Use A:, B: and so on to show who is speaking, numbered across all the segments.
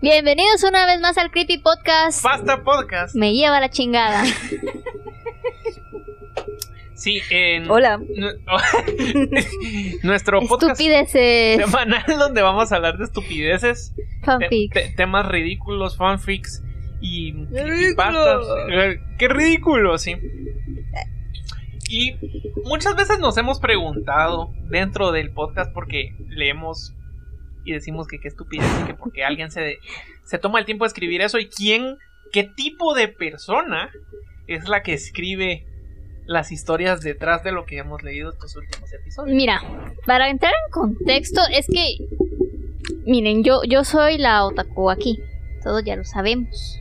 A: Bienvenidos una vez más al Creepy Podcast.
B: Basta podcast.
A: Me lleva la chingada.
B: Sí, en
C: Hola.
B: nu- nuestro podcast
A: Estupideces.
B: semanal donde vamos a hablar de estupideces, te-
A: Fanfic.
B: te- temas ridículos, fanfics y
C: ¡Qué
B: creepypastas.
C: ridículo!
B: Eh, Qué ridículo, sí. Y muchas veces nos hemos preguntado dentro del podcast porque leemos y decimos que qué estupidez y que porque alguien se, se toma el tiempo de escribir eso y quién, qué tipo de persona es la que escribe las historias detrás de lo que hemos leído estos últimos episodios.
A: Mira, para entrar en contexto, es que. Miren, yo, yo soy la otaku aquí. Todos ya lo sabemos.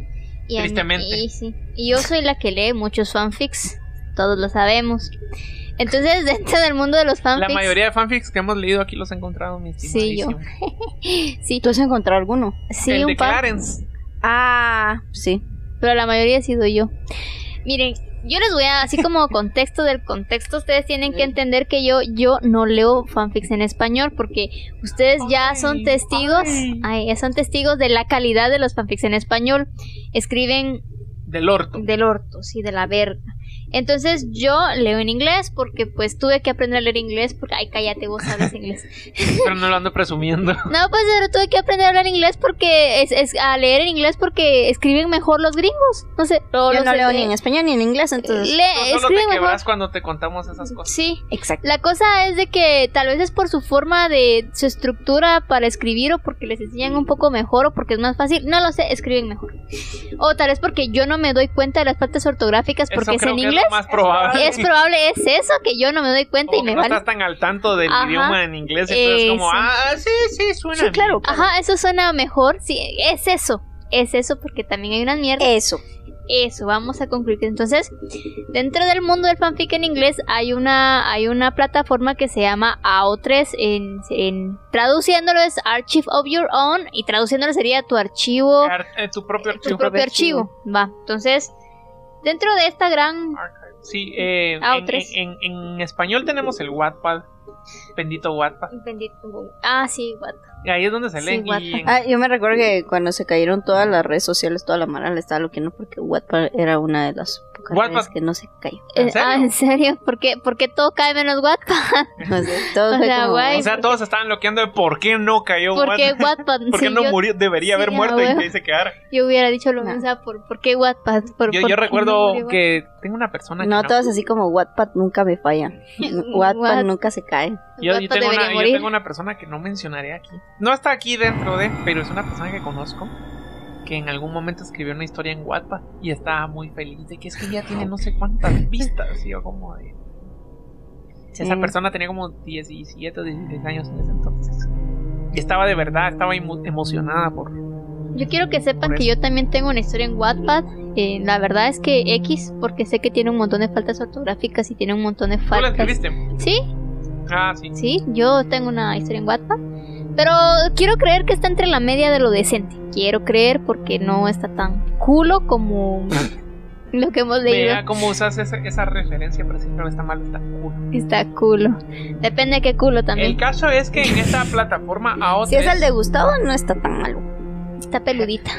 A: Y a mí-
B: Tristemente.
A: y sí. Y yo soy la que lee muchos fanfics. Todos lo sabemos. Entonces, dentro del mundo de los fanfics.
B: La mayoría de fanfics que hemos leído aquí los he encontrado, mi
A: Sí, yo.
B: estimadísimo.
A: Sí,
C: ¿Tú has encontrado alguno?
A: sí,
B: el
A: un
B: de
A: par.
B: Clarence.
C: Ah, sí.
A: pero la mayoría he sido yo. Miren, yo les voy a, así como contexto del contexto, ustedes tienen que entender que yo, yo no leo fanfics en español porque ustedes ya
B: Ay,
A: son testigos,
B: ay.
A: ay, ya son testigos de la calidad de los fanfics en español. Escriben
B: Del orto.
A: del orto, sí, de la verga. Entonces yo leo en inglés porque pues tuve que aprender a leer inglés porque, ay, cállate, vos sabes inglés.
B: Pero no lo ando presumiendo.
A: No, pues pero tuve que aprender a hablar inglés porque es, es- a leer en inglés porque escriben mejor los gringos. No sé,
C: Yo
A: los-
C: no leo ni en
A: eh,
C: español ni en inglés, entonces.
A: le,
B: Tú solo
A: escribe
B: te
A: mejor.
B: quebras cuando te contamos esas cosas.
A: Sí.
C: Exacto.
A: La cosa es de que tal vez es por su forma de su estructura para escribir o porque les enseñan un poco mejor o porque es más fácil. No lo sé, escriben mejor. O tal vez porque yo no me doy cuenta de las partes ortográficas porque
B: Eso
A: es
B: creo
A: en
B: que
A: inglés.
B: es lo más probable.
A: Es probable, es eso, que yo no me doy cuenta
B: Como
A: y
B: que
A: me
B: no
A: vale.
B: estás tan al tanto del
A: Ajá.
B: idioma en inglés, entonces
A: Eh,
B: como,
A: sí.
B: ah, sí, sí, suena.
C: Sí, claro.
A: Ajá, eso suena mejor. Sí, es eso. Es eso porque también hay unas mierdas.
C: Eso.
A: Eso, vamos a concluir. que Entonces, dentro del mundo del fanfic en inglés hay una, hay una plataforma que se llama AO3. En, en- traduciéndolo es Archive of Your Own y traduciéndolo sería tu archivo,
B: Ar- eh, tu propio
A: tu
B: archivo.
A: propio archivo. Va, entonces, dentro de esta gran...
B: Archive. Sí, eh,
A: Ah,
B: en,
A: tres.
B: en- en- en español tenemos el Wattpad, bendito Wattpad.
A: Bendito- Ah, sí, what-
B: Y ahí es donde se
A: Sí,
B: leen. y
A: Wattpad.
B: en-
C: Ah, yo me recuerdo que cuando se cayeron todas las redes sociales, toda la mara le estaba loqueando porque Wattpad era una de las pocas
B: Wattpad.
C: redes que no se cayó.
B: ¿En
A: eh, ah,
B: serio?
A: ¿en serio? ¿Por qué, por qué todo cae menos Wattpad?
C: O sea, todo
A: O
C: fue
A: sea,
C: como,
A: guay.
B: o sea, todos estaban loqueando de por qué no cayó
A: ¿Por qué
B: Wattpad.
A: Wattpad?
B: ¿Por qué
A: Sí,
B: no
A: yo,
B: murió?
A: sí,
B: Debería haber
A: ya
B: muerto
A: veo.
B: y que ahí se quedara.
A: yo hubiera dicho lo
C: No.
A: mismo, o sea, ¿por, por qué Wattpad? ¿Por- por
B: Yo, yo
A: qué no
B: recuerdo
A: murió Wattpad?
B: que tengo una persona que
C: no,
B: no-
C: todas así como Wattpad nunca me falla.
A: Watt-
C: Wattpad nunca se cae.
B: Yo, yo
A: Wattpad
B: tengo
A: debería
B: una, yo
A: morir.
B: tengo una persona que no mencionaré aquí. No está aquí dentro de, pero es una persona que conozco que en algún momento escribió una historia en Wattpad y estaba muy feliz de que es que ya tiene no sé cuántas vistas. Y yo como de... Esa
C: Sí.
B: persona tenía como 17 o 16 años en ese entonces. Y estaba de verdad, estaba emo- emocionada por...
A: Yo quiero que sepan
B: Por
A: que yo también tengo una historia en Wattpad. Eh, la verdad es que X, porque sé que tiene un montón de faltas ortográficas y tiene un montón de
B: ¿Tú la
A: faltas.
B: escribiste?
A: Sí,
B: Ah, sí.
A: sí, yo tengo una historia en Wattpad. Pero quiero creer que está entre la media de lo decente. Quiero creer porque no está tan culo como lo que hemos leído.
B: Vea cómo usas esa, esa referencia, pero siempre está mal, está cool.
A: Está culo. Depende de qué culo
B: El
A: también.
B: caso es que en esa plataforma AO3...
C: Si es el de Gustavo, no está tan malo.
A: Está peludita.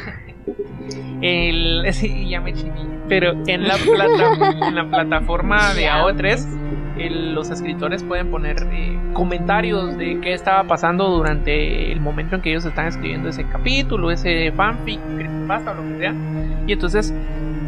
B: El, sí, ya me chiví. Pero en la, plata, en la plataforma de AO3, el- los escritores pueden poner eh, comentarios de qué estaba pasando durante el momento en que ellos están escribiendo ese capítulo, ese fanfic, creepypasta o lo que sea. Y entonces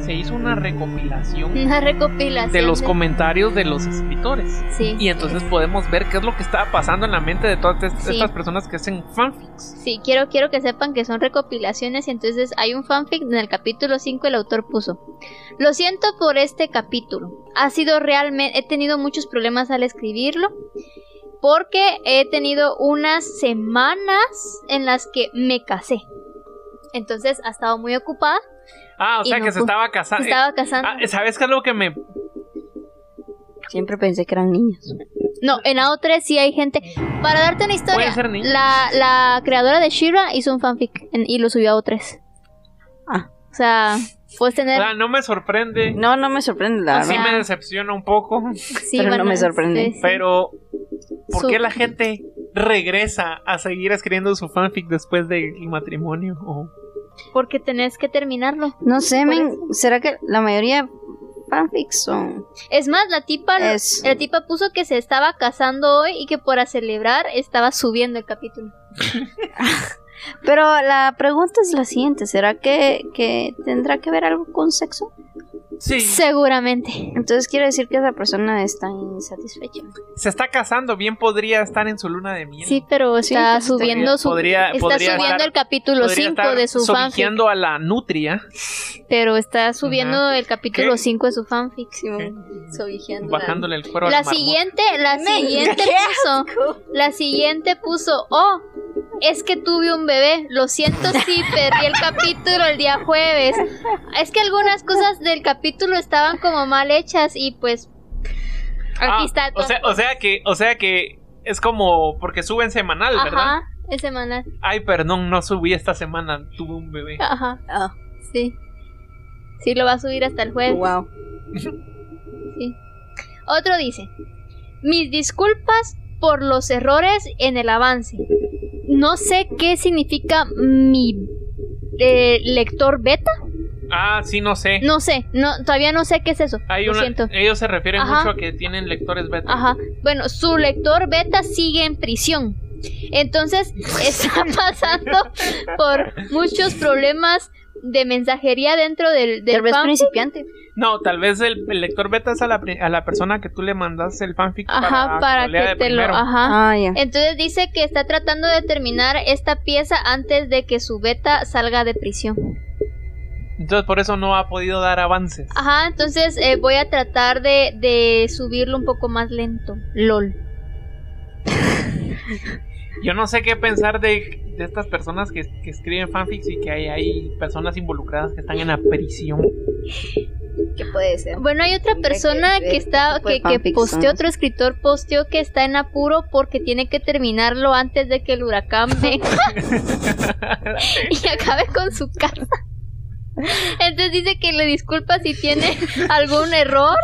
B: se hizo una recopilación
A: Una recopilación.
B: de los comentarios de los escritores.
A: Sí.
B: Y entonces podemos ver qué es lo que estaba pasando en la mente de todas est-
A: Sí.
B: estas personas que hacen fanfics.
A: Sí, quiero, quiero que sepan que son recopilaciones y entonces hay un fanfic en el capítulo 5 el autor puso. Lo siento por este capítulo. Ha sido realmente, he tenido muchos problemas al escribirlo porque he tenido unas semanas en las que me casé. Entonces ha estado muy ocupada,
B: Ah, o
A: Y
B: sea
A: no
B: que se
A: pu-
B: estaba
A: se
B: casando.
A: estaba casando.
B: ¿Sabes qué es lo que me
C: Siempre pensé que eran niños.
A: No, en AO3 sí hay gente. Para darte una historia,
B: Pueden ser niños.
A: la, la creadora de Shira hizo un fanfic en- y lo subió a AO3.
C: Ah.
A: O sea, puedes tener...
B: O sea, no me sorprende.
C: No, no me sorprende, la
A: O sea,
C: verdad.
B: sí me decepciona un poco.
A: Sí,
C: Pero no
A: bueno,
C: me sorprende.
A: sí, sí.
B: Pero, ¿por
A: Su-
B: qué la gente regresa a seguir escribiendo su fanfic después del matrimonio? O
A: Porque tenés que terminarlo.
C: No sé,
A: Por
C: men, ¿será que la mayoría de fanfics son?
A: Es más, la tipa,
C: Es-
A: la tipa puso que se estaba casando hoy y que para celebrar estaba subiendo el capítulo.
C: Pero la pregunta es la siguiente, ¿será que, que tendrá que ver algo con sexo?
B: Sí.
A: Seguramente.
C: Entonces quiere decir que esa persona está insatisfecha.
B: Se está casando, bien podría estar en su luna de miel.
A: Sí, pero
C: Sí,
A: está
C: pues,
A: subiendo su
B: podría-
A: está
B: podría
A: subiendo
B: estar-
A: el capítulo
B: Podría
A: 5
B: estar
A: de su fanfic,
B: sobijeando a la nutria.
A: pero está subiendo el capítulo
B: ¿Qué?
A: 5 de su fanfic.
B: Bajándole el cuero
A: La
B: al mármol.
A: siguiente, la siguiente puso, la siguiente puso, oh, es que tuve un bebé, lo siento sí, perdí el capítulo el día jueves. Es que algunas cosas del capítulo estaban como mal hechas y pues aquí
B: Ah,
A: está
B: O
A: todo.
B: sea, o sea que, o sea que es como porque suben semanal, ¿verdad?
A: Ajá, es semanal.
B: Ay, perdón, no subí esta semana, tuve un bebé.
A: Ajá, sí. Sí lo va a subir hasta el jueves.
C: wow.
A: Sí. Otro dice, mis disculpas por los errores en el avance. No sé qué significa mi eh, lector beta.
B: Ah, sí, no sé.
A: No sé, no, todavía no sé qué es eso.
B: Hay
A: Lo
B: una-
A: siento.
B: ellos se refieren
A: Ajá.
B: mucho a que tienen lectores beta.
A: Ajá. Bueno, su lector beta sigue en prisión. Entonces está pasando por muchos problemas de mensajería dentro del, del
C: Tal vez
A: fanfic.
C: principiante.
B: No, tal vez el, el lector beta es a la, pri- a la persona que tú le mandas el fanfic
A: Ajá,
B: para,
A: para,
B: que lea
A: que
B: de
A: te lo...
B: primero.
A: Ajá.
C: Ah, ya.
A: Entonces dice que está tratando de terminar esta pieza antes de que su beta salga de prisión.
B: Entonces por eso no ha podido dar avances.
A: Ajá, entonces eh, voy a tratar de, de subirlo un poco más lento. LOL.
B: Yo no sé qué pensar de, de estas personas que, que escriben fanfics y que hay, hay personas involucradas que están en la prisión.
C: ¿Qué puede ser?
A: Bueno, hay otra
C: Tendría que
A: persona
C: ver
A: que
C: qué
A: está,
C: tipo de
A: que, que
C: fanfics son
A: posteó,
C: esas.
A: otro escritor posteó que está en apuro porque tiene que terminarlo antes de que el huracán venga y acabe con su casa. Entonces dice que le disculpa si tiene algún error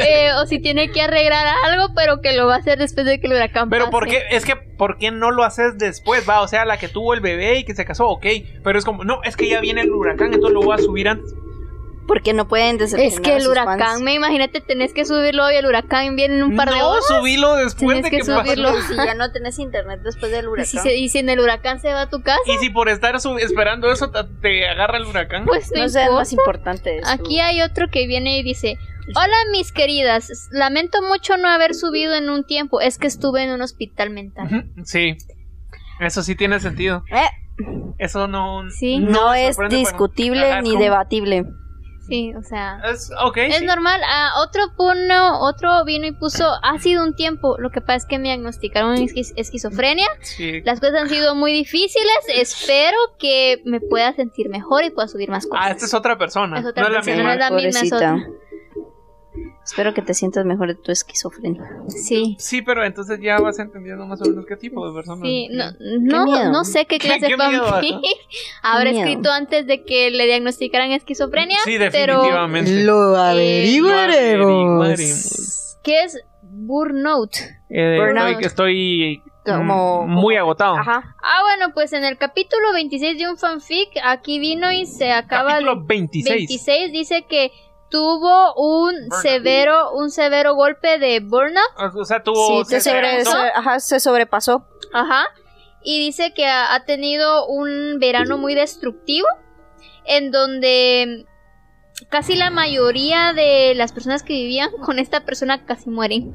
A: eh, o si tiene que arreglar algo, pero que lo va a hacer después de que el huracán
B: Pero
A: pase.
B: ¿por qué? Es que ¿por qué no lo haces después? Va, o sea, la que tuvo el bebé y que se casó, ok. Pero es como, no, es que ya viene el huracán, entonces lo voy a subir antes.
C: Porque no pueden decepcionar
A: Es que
C: a
A: el
C: sus
A: huracán,
C: fans.
A: me imagínate, tenés que subirlo y el huracán viene en un par de
B: no,
A: horas.
B: subilo después
A: Tienes
B: de
A: que
B: que, pase.
A: subirlo.
C: Si ya no tenés internet después del
A: Y
C: huracán.
A: si, se- y si en el huracán se va a tu casa,
B: Y si por estar sub- esperando eso ta- te agarra el huracán.
A: pues no,
C: No sea
A: importa.
C: más importante eso.
A: Aquí hay otro que viene y dice, hola mis queridas, lamento mucho no haber subido en un tiempo, es que estuve en un hospital mental.
B: Ujú, Sí. Eso sí tiene sentido.
C: Eh,
B: Eso no.
A: Sí.
C: no,
B: sorprende
C: es
B: para-
C: discutible
B: Ajá,
C: ni
B: ¿cómo?
C: debatible.
A: Sí, o sea...
B: Es, ok.
A: Es
B: sí.
A: normal, Ah, otro puno, otro vino y puso, ha sido un tiempo, lo que pasa es que me diagnosticaron esquiz- esquizofrenia,
B: Sí.
A: las cosas han sido muy difíciles, espero que me pueda sentir mejor y pueda subir más cosas.
B: Ah, esta es otra persona.
A: Es otra
B: no
A: persona,
B: es la
A: no es
B: misma.
A: la misma, es otra.
C: Espero que te sientas mejor de tu esquizofrenia.
B: Ah,
A: Sí.
B: Sí, pero entonces ya vas entendiendo más o menos qué tipo de persona.
A: Sí, no, no,
C: miedo.
A: no sé qué clase
B: qué
A: de
B: miedo,
A: fanfic
B: ajá.
A: habrá
C: Qué miedo.
A: escrito antes de que le diagnosticaran esquizofrenia,
B: Sí,
A: pero
B: definitivamente.
D: Lo
B: averiguaremos.
D: averiguaremos.
A: ¿qué es burnout?
B: Eh,
C: Burnout.
B: estoy, estoy
C: Como-
B: mm, muy agotado.
C: Ajá.
A: Ah, bueno, pues en el capítulo 26 de un fanfic, aquí vino y se acaba
B: Capítulo 26.
A: 26 dice que tuvo un
B: Burnout.
A: severo un severo golpe de burnout,
B: O sea, tuvo.
C: sí, te
B: se
C: sobre-
B: atrasó.
C: sobre- ajá, se sobrepasó.
A: ajá, y dice que ha ha tenido un verano muy destructivo en donde casi la mayoría de las personas que vivían con esta persona casi mueren.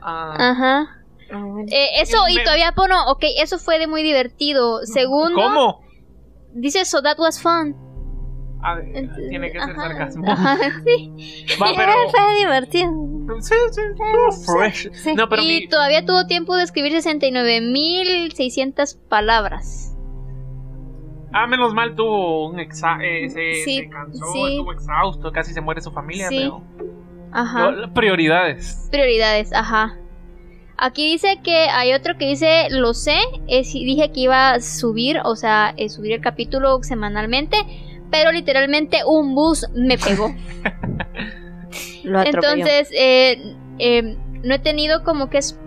B: Ah,
A: Ajá.
C: Ah,
A: Eh, eso y
B: Me-
A: todavía pono, ok, eso fue de muy divertido. Segundo,
B: ¿Cómo?
A: dice so that was fun.
B: A ver, tiene que ser
A: Ajá.
B: sarcasmo.
A: Ajá, sí.
B: Va, Ah, pero.
C: Fue divertido.
B: Sí, sí,
A: Mm,
B: estuvo fresh. No, pero
A: y
B: mi-
A: todavía tuvo tiempo de escribir 69.600 palabras.
B: Ah, menos mal tuvo un exa eh, se,
A: Sí,
B: se cansó,
A: sí.
B: estuvo exhausto, casi se muere su familia,
A: Sí.
B: pero
A: Ajá.
B: Lo- prioridades.
A: Prioridades, ajá. Aquí dice que hay otro que dice, lo sé, es, dije que iba a subir, o sea, eh, subir el capítulo semanalmente, pero literalmente un bus me pegó.
C: Lo atropelló.
A: em, Entonces, eh, eh, no he tenido como que es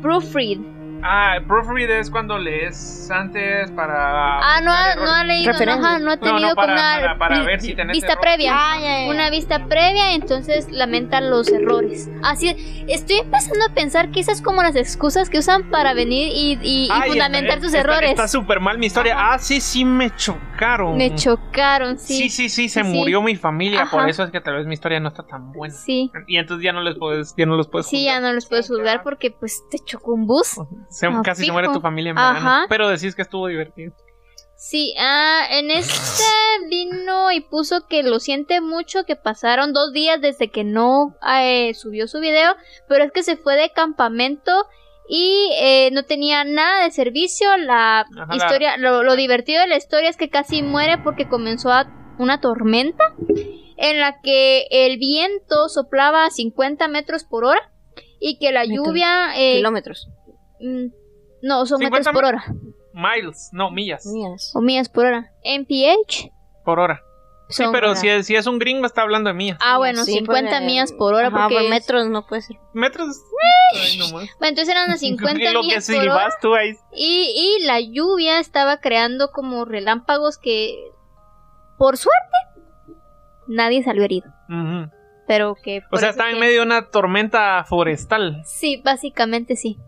A: proofread.
B: Ah, proofread es cuando lees antes para.
A: Ah, no
B: buscar
A: ha,
B: errores.
A: no ha leído,
C: Referencia.
A: ajá, no ha
B: No, no,
A: tenido
B: para-
A: como una
B: para- para ver si tenés
A: vista
B: error.
A: previa.
C: Ah, ya, ya, ya.
A: Una vista previa, entonces lamentan los errores. Así, estoy empezando a pensar que esas es como las excusas que usan para venir y, y- y
B: Ay,
A: fundamentar
B: está- eh,
A: sus
B: está-
A: errores.
B: Está súper mal mi historia.
A: Ajá.
B: Ah, sí, sí, me chocaron.
A: Me chocaron,
B: Sí,
A: sí.
B: sí, sí, se
A: Sí.
B: murió mi familia.
A: Ajá.
B: Por eso es que tal vez mi historia no está tan buena.
A: Sí,
B: Y entonces ya no les puedes, ya no los puedes.
A: sí, ya
B: juzgar.
A: no los puedes juzgar porque pues te chocó un bus.
B: Se-
A: Ah,
B: casi se
A: fijo.
B: muere tu familia en
A: Ajá.
B: verano. Pero decís que estuvo divertido.
A: Sí, ah, en este vino y puso que lo siente mucho, que pasaron dos días desde que no eh, subió su video, pero es que se fue de campamento y eh, no tenía nada de servicio. La
B: Ajá,
A: historia, lo, lo divertido de la historia es que casi muere porque comenzó a una tormenta en la que el viento soplaba a 50 metros por hora y que la
C: Metros.
A: lluvia... eh,
C: Kilómetros.
A: mm, no, son
B: 50
A: metros por hora.
B: Miles, no, millas
C: Mías.
A: O millas por hora. MPH.
B: por hora. Sí,
A: son-
B: pero si es, si es un gringo está hablando de millas.
A: Ah, bueno,
C: Sí,
A: 50
C: por-
A: millas por hora.
C: Ajá, pues,
A: porque
C: por
A: es-
C: metros no puede ser.
B: Metros. Ay, no más.
A: Bueno, entonces eran las 50
B: lo que
A: millas por hora.
B: silbas tú ahí.
A: Y, y la lluvia estaba creando como relámpagos que, por suerte, nadie salió herido.
B: Ujú.
A: Pero que...
B: O
A: por
B: sea,
A: eso
B: estaba en
A: que-
B: medio de una tormenta forestal.
A: Sí, básicamente sí.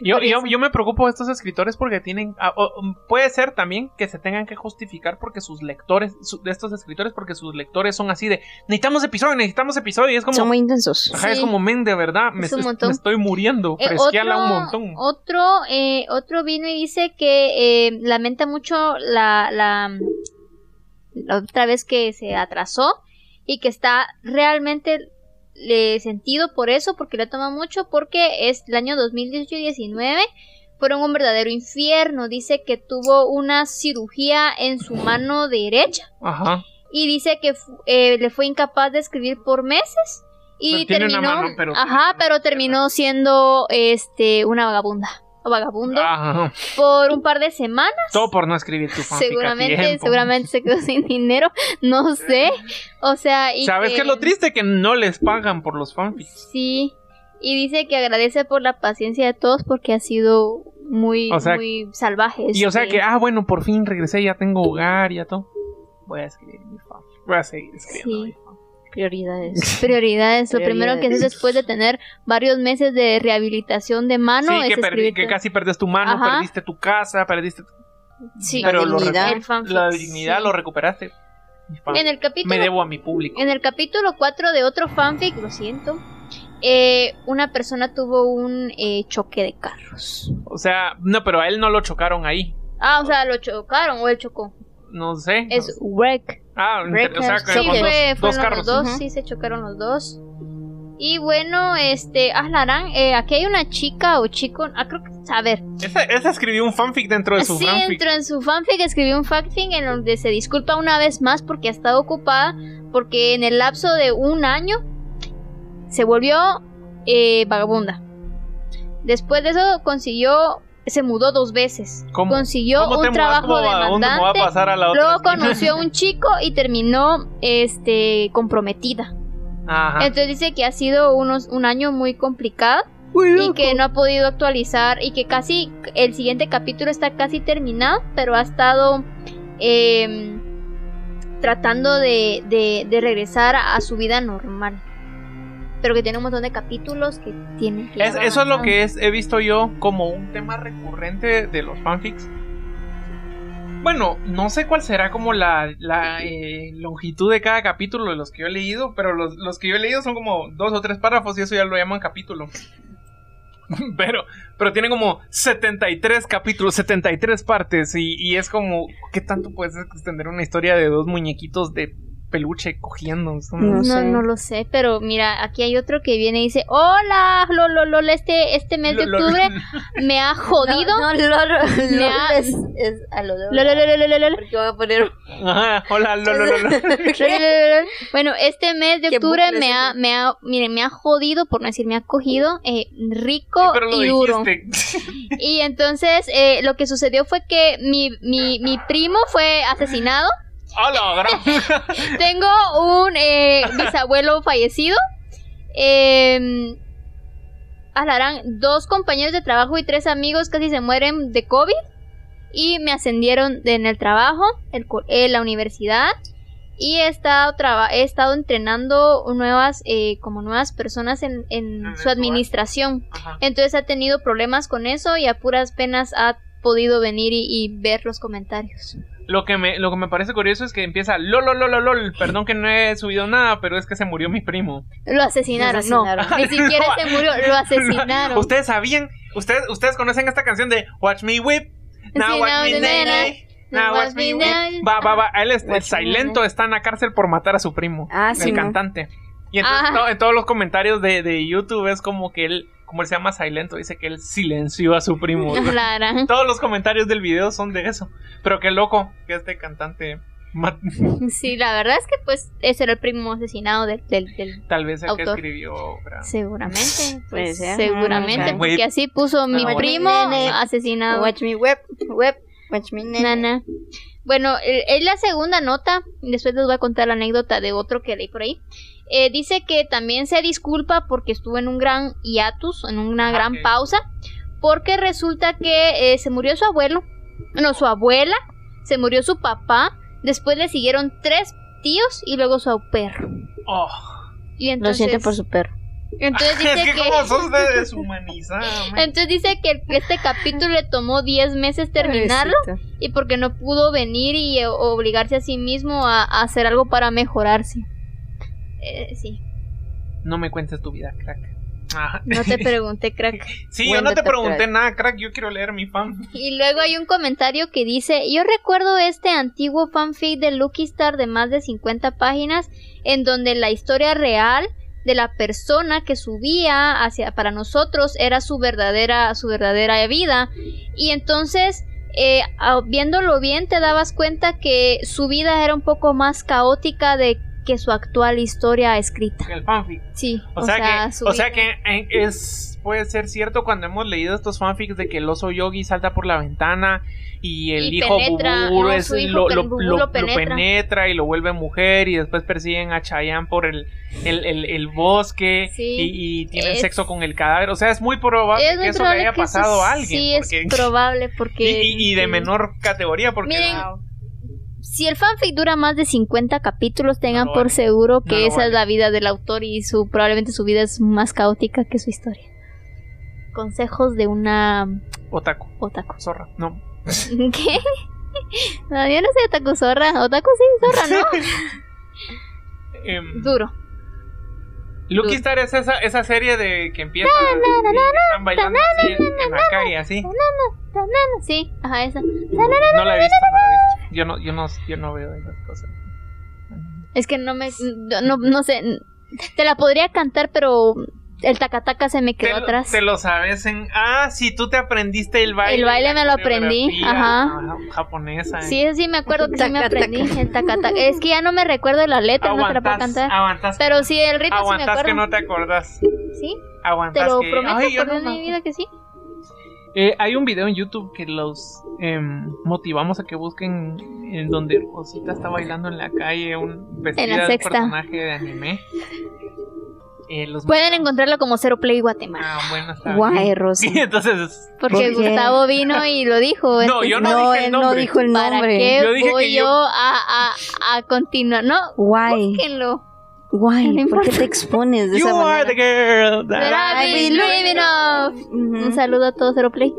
B: Yo,
A: Por
B: yo,
A: eso.
B: yo me preocupo de estos escritores porque tienen... ah, o- um, puede ser también que se tengan que justificar porque sus lectores, su- de estos escritores, porque sus lectores son así de... Necesitamos episodio, necesitamos episodio. Y es como...
C: Son muy intensos.
B: ajá, es
A: Sí.
B: como men, de verdad. Me,
A: Es un
B: est-
A: montón.
B: me estoy muriendo.
A: Eh,
B: Fresqueala un montón.
A: Otro, eh, otro vino y dice que eh, lamenta mucho la, la, la otra vez que se atrasó y que está realmente le sentido por eso, porque le toma mucho, porque es el año 2018 y 19 fueron un verdadero infierno. Dice que tuvo una cirugía en su mano derecha
B: Ajá.
A: y dice que fu- eh, le fue incapaz de escribir por meses y
B: Pero tiene una
A: terminó
B: mano, pero-
A: ajá pero terminó siendo este una vagabunda o vagabundo
B: Ajá.
A: por un par de semanas
B: Todo por no escribir tu fanfic a
A: seguramente
B: tiempo.
A: seguramente se quedó sin dinero no sé o sea y
B: ¿Sabes qué es lo triste? Que no les pagan por los fanfics.
A: sí y dice que agradece por la paciencia de todos porque ha sido muy
B: O sea-
A: muy salvaje
B: Y o sea
A: este-
B: que, ah, bueno, por fin regresé, ya tengo hogar, ya todo. Voy a escribir mi fanfic. Voy a seguir escribiendo
A: Sí.
B: mi fanfic.
C: Prioridades.
A: prioridades lo primero que haces después de tener varios meses de rehabilitación de mano
B: sí,
A: Ah, es
B: que, perdí-
A: escribir
B: que
A: tu-
B: casi perdiste tu mano,
A: Ajá.
B: perdiste tu casa, perdiste
A: Sí.
B: pero lo
C: dignidad.
A: El fanfic,
B: la dignidad,
A: sí.
B: lo recuperaste. Mi fan-
A: En el capítulo,
B: Me debo a mi público.
A: en el capítulo 4 de otro fanfic, lo siento, eh, una persona tuvo un eh, choque de carros.
B: O sea, no, pero a él no lo chocaron ahí.
A: Ah, o sea, lo chocaron o él chocó.
B: No sé.
A: Es wreck.
B: ah,
C: Breakers.
B: o sea, que
A: Sí,
B: con dos,
A: fue,
B: dos
A: fueron
B: carros.
A: los dos,
C: Ujú.
A: sí, se chocaron los dos. Y bueno, este, Aslarán, eh, aquí hay una chica o chico, ah, creo que, a ver,
B: Ese, ese escribió un fanfic dentro de su
A: Sí,
B: fanfic.
A: entró en su fanfic, escribió un fanfic en donde se disculpa una vez más porque ha estado ocupada, porque en el lapso de un año se volvió eh, vagabunda. Después de eso consiguió, se mudó dos veces.
B: ¿Cómo?
A: Consiguió
B: ¿Cómo te
A: un
B: mudas como
A: trabajo
B: vagabundo? Me voy a
A: demandante.
B: pasar a la otra
A: Luego
B: esquina.
A: conoció a un chico y terminó este comprometida.
B: Ajá.
A: Entonces dice que ha sido unos, un año muy complicado y que no ha podido actualizar y que casi el siguiente capítulo está casi terminado, pero ha estado eh, tratando de, de- de regresar a, a su vida normal. Pero que tiene un montón de capítulos que tienen que... ir
B: Es- eso es lo
A: avanzando.
B: que es, he visto yo como un tema recurrente de los fanfics. Bueno, no sé cuál será como la, la, eh, longitud de cada capítulo de los que yo he leído, pero los, los que yo he leído son como dos o tres párrafos y eso ya lo llaman capítulo. Pero, pero tiene como 73 capítulos, 73 partes y, y es como, ¿qué tanto puedes extender una historia de dos muñequitos de peluche cogiendo? Es como-
C: No
A: No,
C: sé.
A: no lo sé, pero mira, aquí hay otro que viene y dice, hola, lolo, lolo, este, este mes de
B: Lo- lo-
A: octubre me ha jodido.
C: No, no, Lolo. Lolo
A: ha-
C: es, es a lo de.
A: Lolo, lolo, lolo, lolo.
C: Porque voy a poner.
B: Ajá, hola, lo- lo- lo- lo.
A: Bueno, este mes de
C: Qué
A: octubre
C: bucle
A: me
C: ese.
A: ha, me ha, miren, me ha jodido, por no decir me ha cogido, eh, rico
B: Pero lo
A: y duro.
B: dijiste.
A: Y entonces eh, lo que sucedió fue que mi, mi, mi primo fue asesinado,
B: Hola, gran-
A: tengo un eh, bisabuelo fallecido, eh, alarán, Em, dos compañeros de trabajo y tres amigos casi se mueren de COVID y me ascendieron de- en el trabajo, el co- eh, la universidad y he estado, traba- he estado entrenando nuevas, eh, como nuevas personas en, en
B: En el
A: su
B: lugar.
A: administración.
B: Ajá.
A: Entonces ha tenido problemas con eso y a puras penas ha podido venir y, y ver los comentarios.
B: Lo que me, lo que me parece curioso es que empieza lol, lol, lol, lol, lol, Perdón que no he subido nada, pero es que se murió mi primo.
A: Lo asesinaron,
C: Lo asesinaron. Ah,
A: no. Ni siquiera se murió, lo asesinaron.
B: Ustedes sabían, ustedes, ustedes conocen esta canción de Watch Me Whip. Now
A: Sí,
B: watch
A: now
B: me
A: the
B: nay,
A: night,
B: nay. Now watch me whip. Va, va, va. Él es
C: Watch me
B: el Silento está en la cárcel por matar a su primo.
C: Ah, sí,
B: el
C: ¿no?
B: cantante. Y entonces
A: Ah.
B: to- en todos los comentarios de, de YouTube es como que él, como él se llama Silento, dice que él silenció a su primo.
A: La gran-
B: todos los comentarios del video son de eso. Pero qué loco que este cantante ma-
A: Sí, la verdad es que pues ese era el primo asesinado del, del, del-
B: tal vez el que
A: Autor.
B: escribió obra.
A: seguramente.
C: Puede
A: pues,
C: ser.
A: Seguramente,
B: Mm, ok.
A: porque así puso mi
B: bueno.
A: primo
C: Nene.
A: asesinado.
C: Watch me web, web, watch me nene.
A: Nana. Bueno, eh, es la segunda nota. Después les voy a contar la anécdota de otro que leí por ahí. Eh, dice que también se disculpa porque estuvo en un gran hiatus, en una
B: Ah,
A: gran
B: ok.
A: pausa, porque resulta que eh, se murió su abuelo, no, su abuela, se murió su papá, después le siguieron tres tíos y luego su perro.
B: Oh,
A: Y
C: Lo
A: entonces,
C: siente por su perro.
A: entonces dice
B: es que,
A: que...
B: como sos de deshumanizada. man.
A: Entonces dice que este capítulo le tomó 10 meses terminarlo
C: Pobrecito.
A: y porque no pudo venir y eh, obligarse a sí mismo a, a hacer algo para mejorarse. Eh, sí,
B: No me cuentes tu vida, crack. Ajá.
A: no te pregunté, crack.
B: Sí, yo
C: Bueno,
B: no te
C: te
B: pregunté
C: creo.
B: nada, crack. Yo quiero leer mi fan.
A: Y luego hay un comentario que dice, yo recuerdo este antiguo fanfic de Lucky Star de más de 50 páginas en donde la historia real de la persona que subía hacia para nosotros era su verdadera su verdadera vida y entonces eh, a- viéndolo bien te dabas cuenta que su vida era un poco más caótica de que su actual historia escrita.
B: El fanfic.
A: Sí,
B: O, sea, que,
A: su
B: o sea
A: vida-
B: que eh, es, puede ser cierto cuando hemos leído estos fanfics de que el oso yogi salta por la ventana y el
A: Y
B: hijo
A: penetra,
B: Buburu
A: no,
B: es-
A: su hijo
B: lo,
A: que-
B: lo-
A: Buburu
B: lo-
A: lo
B: lo
A: penetra.
B: penetra y lo vuelve mujer y después persiguen a Chayanne por el, el, el- el bosque
A: Sí.
B: y, y tienen
A: Es-
B: sexo con el cadáver. O sea, es muy probable
A: Es muy
B: que eso le
A: probable
B: haya
A: que eso
B: pasado a alguien.
A: Sí,
B: porque-
A: es probable
B: y,
A: porque
B: y- y de
A: sí.
B: menor categoría porque...
A: Miren, Si el fanfic dura más de 50 capítulos, tengan
B: No lo
A: por
B: vale.
A: seguro
B: No
A: que
B: lo
A: esa es
B: vale.
A: la vida del autor y su probablemente su vida es más caótica que su historia. Consejos de una
B: Otaku,
A: otaku.
B: zorra, no.
A: ¿Qué? No, yo no soy otaku zorra. Otaku sí,
C: Ah,
A: zorra, ¿no?
B: Em,
A: Duro.
B: Lucky
A: Dude.
B: Star es esa, esa serie de que empieza y están bailando así en, en la calle así.
A: Sí, ajá, esa.
B: No la he visto, no la he visto. Yo no, yo no, yo no veo esas cosas.
A: Es que no me. No, no sé. Te la podría cantar, pero el tacataca se me
B: Te
A: quedó
B: lo,
A: atrás.
B: te lo sabes en ah, sí, tú te aprendiste el baile.
A: El baile me lo
B: la
A: aprendí,
B: coreografía
A: ajá.
B: Japonesa. ¿eh?
A: Sí, eso sí me acuerdo que sí me
C: Taca, taca.
A: aprendí. El tacataca. Es que ya no me recuerdo la letra, no te la puedo
B: aguantas,
A: cantar.
B: aguantas,
A: Pero sí, el ritmo sí me
B: aguantas
A: acuerdo.
B: que no te acordás.
A: Sí,
B: Aguantas
A: te lo
B: que
A: prometo
B: Ay, yo
A: por
B: no
A: Dios de
B: me
A: mi vida que sí.
B: Eh, hay un video en YouTube que los em, motivamos a que busquen en donde Rosita está bailando en la calle un
A: En la
B: vestida de un
A: sexta.
B: personaje de anime. Eh, los
A: Pueden
B: motivamos.
A: encontrarlo como Cero Play Guatemala.
B: Ah, bueno, está
C: Guay,
B: bien.
C: Rosy.
B: Y entonces,
A: Porque
C: ¿Por qué?
A: Gustavo vino y lo dijo.
B: No,
A: entonces,
B: yo no dije el
C: él no
B: nombre.
C: dijo el
A: ¿Para
C: nombre.
A: qué
B: Yo dije
A: voy
B: que
A: yo,
B: yo-
A: a, a, a continuar? No,
C: Guay,
A: búsquenlo.
C: guay,
A: No
C: ¿por qué te expones de
B: you
C: esa
B: are
C: manera?
B: the girl. Ah,
A: Pero
B: that
A: I've
B: I
A: been living off.
C: Ujú.
A: Un saludo a todos Cero Play.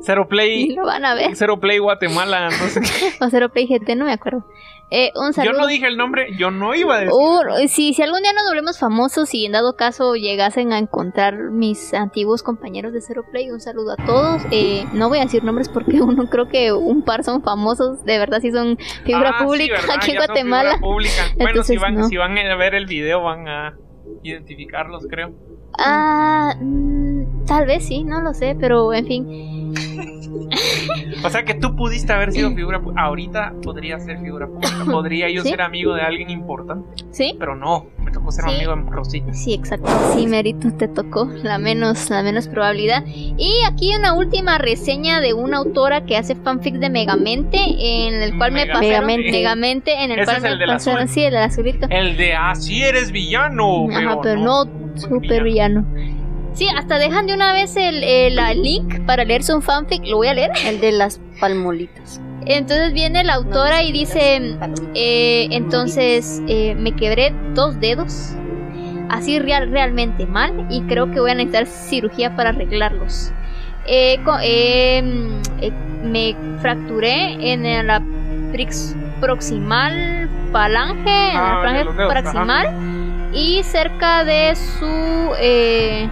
B: Cero
A: Y
B: Play,
A: lo van a ver.
B: Cero Play Guatemala. no sé qué.
A: O Cero Play GT, no me acuerdo. Eh, un
B: Yo
A: saludo.
B: no dije el nombre, yo no iba a decir.
A: Uh, si, si algún día nos volvemos famosos y en dado caso llegasen a encontrar mis antiguos compañeros de Zero Play, un saludo a todos. Eh, no voy a decir nombres porque uno creo que un par son famosos, de verdad sí son figura
B: Ah, sí,
A: pública
B: ¿verdad?
A: aquí en
B: Ya son figura
A: Guatemala.
B: pública. Bueno, si,
A: Entonces,
B: van,
A: no.
B: si van a ver el video van a identificarlos, creo.
A: Ah, mm, tal vez sí, no lo sé, pero en fin.
B: O sea que tú pudiste haber sido figura pública. Ahorita podría ser figura pública. Podría yo
A: ¿Sí?
B: ser amigo de alguien importante.
A: ¿Sí?
B: Pero no, me tocó ser
A: Sí.
B: amigo de Rosita.
A: Sí, exacto. Sí, Merito, te tocó la menos, la menos probabilidad. Y aquí una última reseña de una autora que hace fanfic de Megamente, en el cual me
B: Mega-
A: pasaron
B: Megamente.
A: Megamente, en el
B: Ese
A: cual
B: es
A: me
B: el del
A: pasaron,
B: azul.
A: sí, el del azulito.
B: El de así "Ah, eres villano.
A: Ajá, pero no,
B: no soy
A: super villano. Sí, hasta dejan de una vez el, el, el link para leerse un fanfic, lo voy a leer.
C: El de las palmolitas.
A: Entonces viene la autora y dice, eh, entonces eh, me quebré dos dedos, así real, realmente mal, y creo que voy a necesitar cirugía para arreglarlos. Eh, co- eh, eh, me fracturé en la prix- proximal falange, en
B: Ah,
A: la
B: de
A: falange
B: los dedos, ajá.
A: proximal, y cerca de su... eh,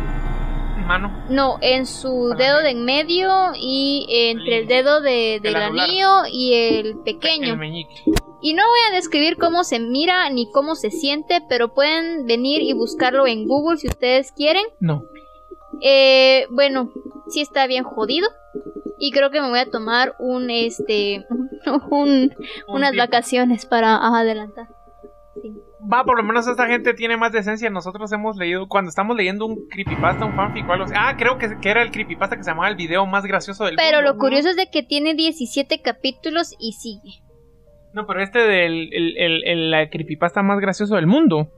B: Mano.
A: no, en su
B: Falange.
A: dedo de en medio y entre el dedo de, del
B: El anular.
A: anillo y el
B: El
A: pequeño.
B: meñique.
A: Y no voy a describir cómo se mira ni cómo se siente, pero pueden venir y buscarlo en Google si ustedes quieren.
B: No.
A: Eh, bueno, sí está bien jodido. Y creo que me voy a tomar un, este, un-
B: Un
A: unas
B: tipo.
A: vacaciones para ajá, adelantar.
B: Va, por lo menos esta gente tiene más decencia. Nosotros hemos leído, cuando estamos leyendo un creepypasta, un fanfic o algo así. Ah, creo que, que era el creepypasta que se llamaba el video más gracioso del
A: Pero
B: mundo.
A: lo curioso es de que tiene 17 capítulos y sigue.
B: No, pero este del el, el- el- la creepypasta más gracioso del mundo.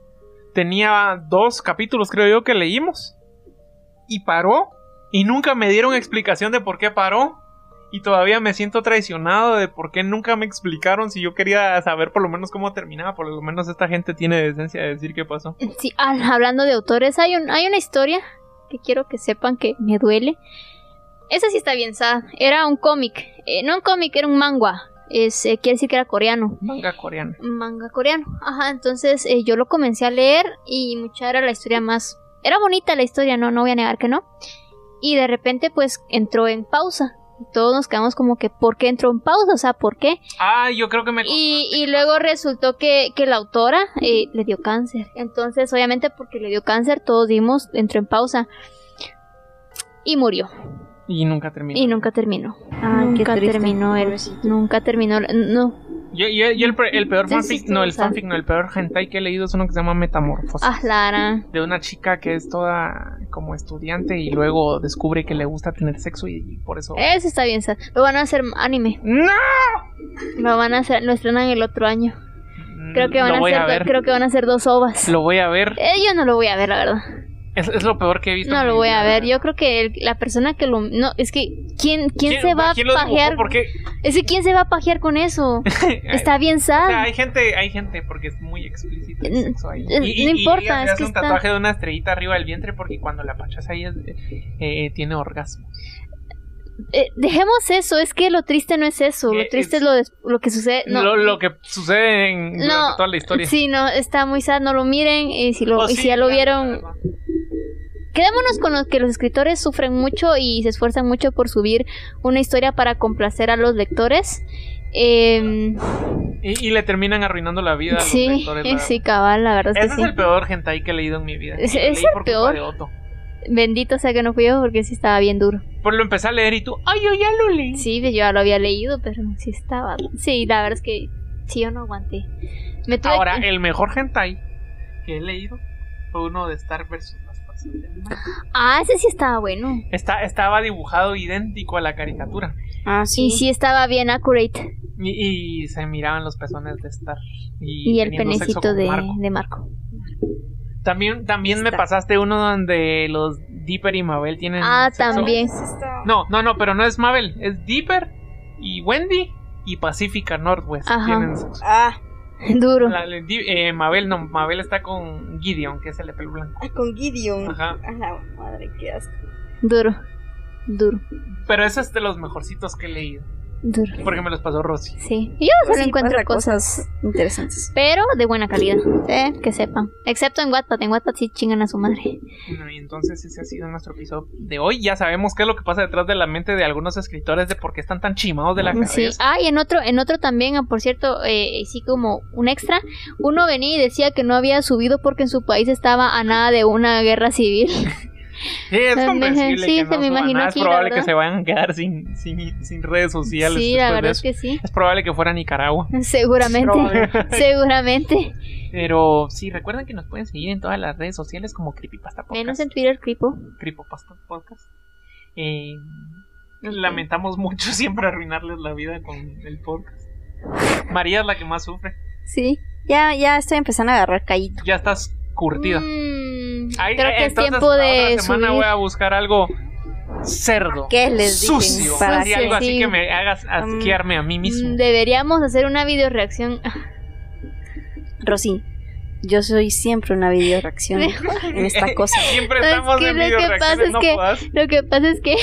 B: Tenía dos capítulos, creo yo, que leímos. Y paró. Y nunca me dieron explicación de por qué paró. Y todavía me siento traicionado de por qué nunca me explicaron si yo quería saber por lo menos cómo terminaba. Por lo menos esta gente tiene decencia de decir qué pasó.
A: Sí, al- hablando de autores, hay, un, hay una historia que quiero que sepan que me duele. Esa sí está bien, sad. Era un cómic. Eh, no un cómic, era un manga. Es, eh, quiere decir que era coreano.
B: Manga coreana.
A: Manga coreano. Ajá, entonces eh, yo lo comencé a leer y mucha era la historia más... Era bonita la historia, no, no voy a negar que no. Y de repente pues entró en pausa. Y todos nos quedamos como que, ¿por qué entró en pausa? O sea, ¿por qué?
B: Ah, yo creo que me...
A: Y, y luego resultó que, que la autora eh, le dio cáncer. Entonces, obviamente, porque le dio cáncer, todos dimos, entró en pausa. Y murió.
B: Y nunca terminó.
A: Y nunca terminó.
C: Ay, qué
A: nunca
C: triste,
A: terminó él.
C: pobrecito.
A: Nunca terminó. la- No.
B: Yo, yo- yo el, pre- el peor
A: Sí, sí,
B: fanfic,
A: sí,
B: no,
A: o
B: el
A: sea.
B: fanfic, no, el peor hentai que he leído es uno que se llama Metamorfosis.
A: Ah, Lara.
B: de una chica que es toda como estudiante y luego descubre que le gusta tener sexo y, y por eso...
A: Eso está bien. sad. Lo van a hacer anime.
B: ¡No!
A: Lo van a hacer. Lo estrenan el otro año. Creo que van
B: Mm, lo
A: a
B: voy
A: hacer.
B: a
A: do-
B: ver.
A: Creo que van a hacer dos ovas.
B: Lo voy a ver.
A: Eh, yo no lo voy a ver, la verdad.
B: Es, es lo peor que he visto.
A: No
B: en
A: lo
B: mi
A: voy a
B: vida.
A: ver. Yo creo que el- la persona que lo. No, es que. ¿Quién, quién, se va
B: quién
A: a
B: lo dibujó?
A: pajear?
B: Porque
A: Es que ¿quién se va a pajear con eso? Está bien
B: o
A: sad.
B: sea, hay gente, hay gente porque es muy explícito el
A: Eh,
B: sexo ahí.
A: eh, no importa,
B: hace
A: es que
B: un
A: está-
B: tatuaje de una estrellita arriba del vientre porque cuando la pachas ahí es- eh, eh, tiene orgasmo.
A: Eh, dejemos eso, es que lo triste no es eso,
B: Eh,
A: lo triste es,
B: es-
A: lo, des- lo que sucede. Eh, No,
B: Lo, lo que sucede en durante
A: No,
B: toda la historia.
A: Sí, no, está muy sad, no lo miren y si, lo,
B: Oh,
A: y
B: sí,
A: si ya lo
B: claro,
A: vieron...
B: claro.
A: Quedémonos con los que los escritores sufren mucho y se esfuerzan mucho por subir una historia para complacer a los lectores. Eh,
B: Y, y le terminan arruinando la vida a los
A: sí,
B: lectores, la
A: sí, cabal, la verdad es
B: Ese
A: que sí.
B: es el peor hentai que he leído en mi vida.
A: Es-
B: Y lo
A: es
B: leí
A: el
B: por culpa
A: peor.
B: de Otto.
A: Bendito sea que no fui yo porque sí estaba bien duro.
B: Por lo empecé a leer y tú, ay, yo ya lo leí.
A: Sí, yo ya lo había leído, pero sí estaba... Sí, la verdad es que sí, yo no aguanté. Me tuve
B: Ahora,
A: que-
B: el mejor hentai que he leído fue uno de Star vs. Las Fuerzas del Mal.
A: Ah, ese sí estaba bueno.
B: Está, estaba dibujado idéntico a la caricatura.
C: Ah,
A: Y sí estaba bien accurate.
B: Y, y se miraban los pezones de Star. Y,
A: Y, el
B: teniendo sexo
A: penecito
B: con
A: de
B: Marco.
A: de Marco.
B: También, también me
C: Star.
B: pasaste uno donde los Dipper y Mabel tienen.
A: Ah,
B: sexo.
A: también.
B: No, no, no, pero no es Mabel. Es Dipper y Wendy y Pacifica Northwest.
A: Ajá.
B: Tienen sexo.
C: Ah,
A: Duro.
B: La- le di- eh, Mabel, no, Mabel está con Gideon, que es el de pelo blanco.
C: ah, con Gideon.
B: Ajá.
C: A la madre, qué asco.
A: Duro. Duro.
B: Pero ese es de los mejorcitos que he leído.
A: Duro.
B: Porque me los pasó Rosy.
A: Sí. Yo solo
C: Sí,
A: encuentro
C: pasa
A: cosas.
C: interesantes.
A: Pero de buena calidad. Sí, que sepan. Excepto en Wattpad. En Wattpad sí chingan a su madre.
B: Bueno, y entonces ese ha sido nuestro episodio de hoy. Ya sabemos qué es lo que pasa detrás de la mente de algunos escritores de por qué están tan chimados de la cabeza.
A: Sí. Ah, y en otro, en otro también, ah, por cierto, eh, sí como un extra. Uno venía y decía que no había subido porque en su país estaba a nada de una guerra civil.
B: Sí, es
A: Me-
B: comprensible
A: sí, se
B: que no
A: me
B: suban
A: imagino
B: nada.
A: aquí,
B: Es
A: la
B: probable que
A: verdad.
B: se vayan a quedar sin, sin, sin redes sociales.
A: Sí, la
B: después de
A: verdad es
B: eso.
A: que sí.
B: Es probable que fuera a Nicaragua.
A: Seguramente. Seguramente.
B: Pero sí, recuerden que nos pueden seguir en todas las redes sociales como Creepypasta Podcast.
A: Menos en Twitter, Cripo.
B: Creepypasta Podcast. Eh, lamentamos mucho siempre arruinarles la vida con el podcast. María es la que más sufre.
A: Sí.
C: Ya, ya estoy empezando a agarrar callito.
B: Ya estás curtida.
A: Mm, Mm,
B: Ahí-
A: creo
B: eh,
A: que es
B: entonces,
A: tiempo
B: la
A: de
B: otra semana
A: subir.
B: voy a buscar algo cerdo.
C: ¿Qué les dije?
B: sucio.
C: Para
B: así, algo así
A: sí.
B: que me hagas asquearme a mí mismo.
A: Mm, Deberíamos hacer una video reacción.
C: Rosy, yo soy siempre una video reacción en esta cosa.
B: Siempre
A: ¿Sabes
B: estamos
A: qué?
B: en
A: Lo que
B: video
A: pasa es
B: no
A: que-
B: jodas.
A: Lo que pasa es que.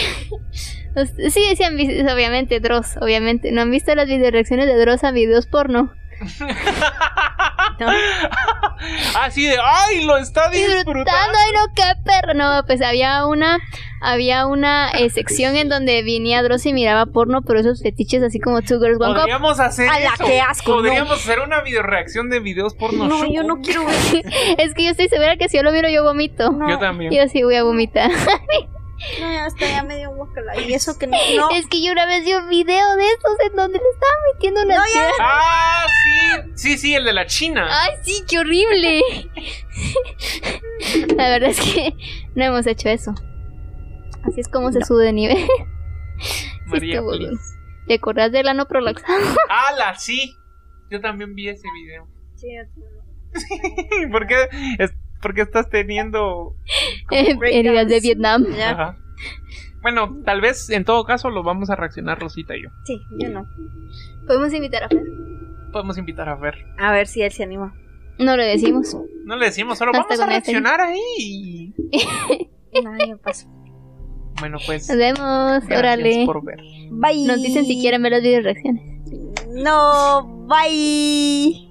A: sí, sí han visto, obviamente, Dross, obviamente. ¿No han visto las video reacciones de Dross a videos porno?
C: ¿no?
B: Así Ah, de, ¡ay, lo está disfrutando!
A: Disfrutando, ay no, qué perro. No, pues había una, había una eh, sección en donde venía Dross y miraba porno, pero esos fetiches así como Two Girls One Cup.
B: Podríamos hacer
C: A la
B: eso.
C: que asco, no.
B: Podríamos hacer una video reacción de videos porno
C: No,
B: shuku.
C: yo no quiero ver.
A: Es que yo estoy segura que si yo lo miro, yo vomito.
C: No,
B: Yo también.
A: Yo sí voy a vomitar.
C: No, ya está ya medio guacala. Y eso que no. No,
A: Es que yo una vez vi un video de esos en donde le estaba metiendo una
C: No, ya.
B: Ah, sí, sí, sí, el de la China.
A: Ay, sí, qué horrible. La verdad es que no hemos hecho eso. Así es como se sube de nivel.
B: María.
A: estuvo
B: please.
A: bien. ¿Te acordás del ano prolaxado?
B: ¡Hala, sí! Yo también vi ese video.
C: sí, ya te-
B: ¿Por qué, es- por qué estás teniendo...?
A: Eh, Heridas de Vietnam.
C: Ya.
B: Ajá. Bueno, tal vez en todo caso lo vamos a reaccionar Rosita y yo.
C: Sí, yo no.
A: Podemos invitar a Fer.
B: Podemos invitar a ver.
C: A ver si él se anima.
A: No le decimos.
B: No le decimos, solo
A: Hasta
B: vamos a
A: con este.
B: reaccionar ahí.
C: No, yo paso.
B: Bueno, pues...
A: Nos vemos.
B: gracias
A: Órale.
B: por ver.
C: Bye.
A: Nos dicen si quieren ver las video reacciones.
C: No, bye.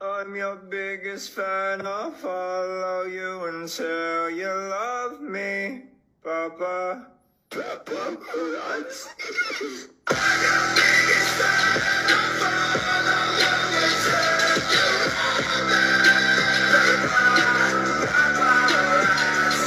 D: I'm your biggest fan. I'll follow you until you love me, Papa. Papa, I'm your biggest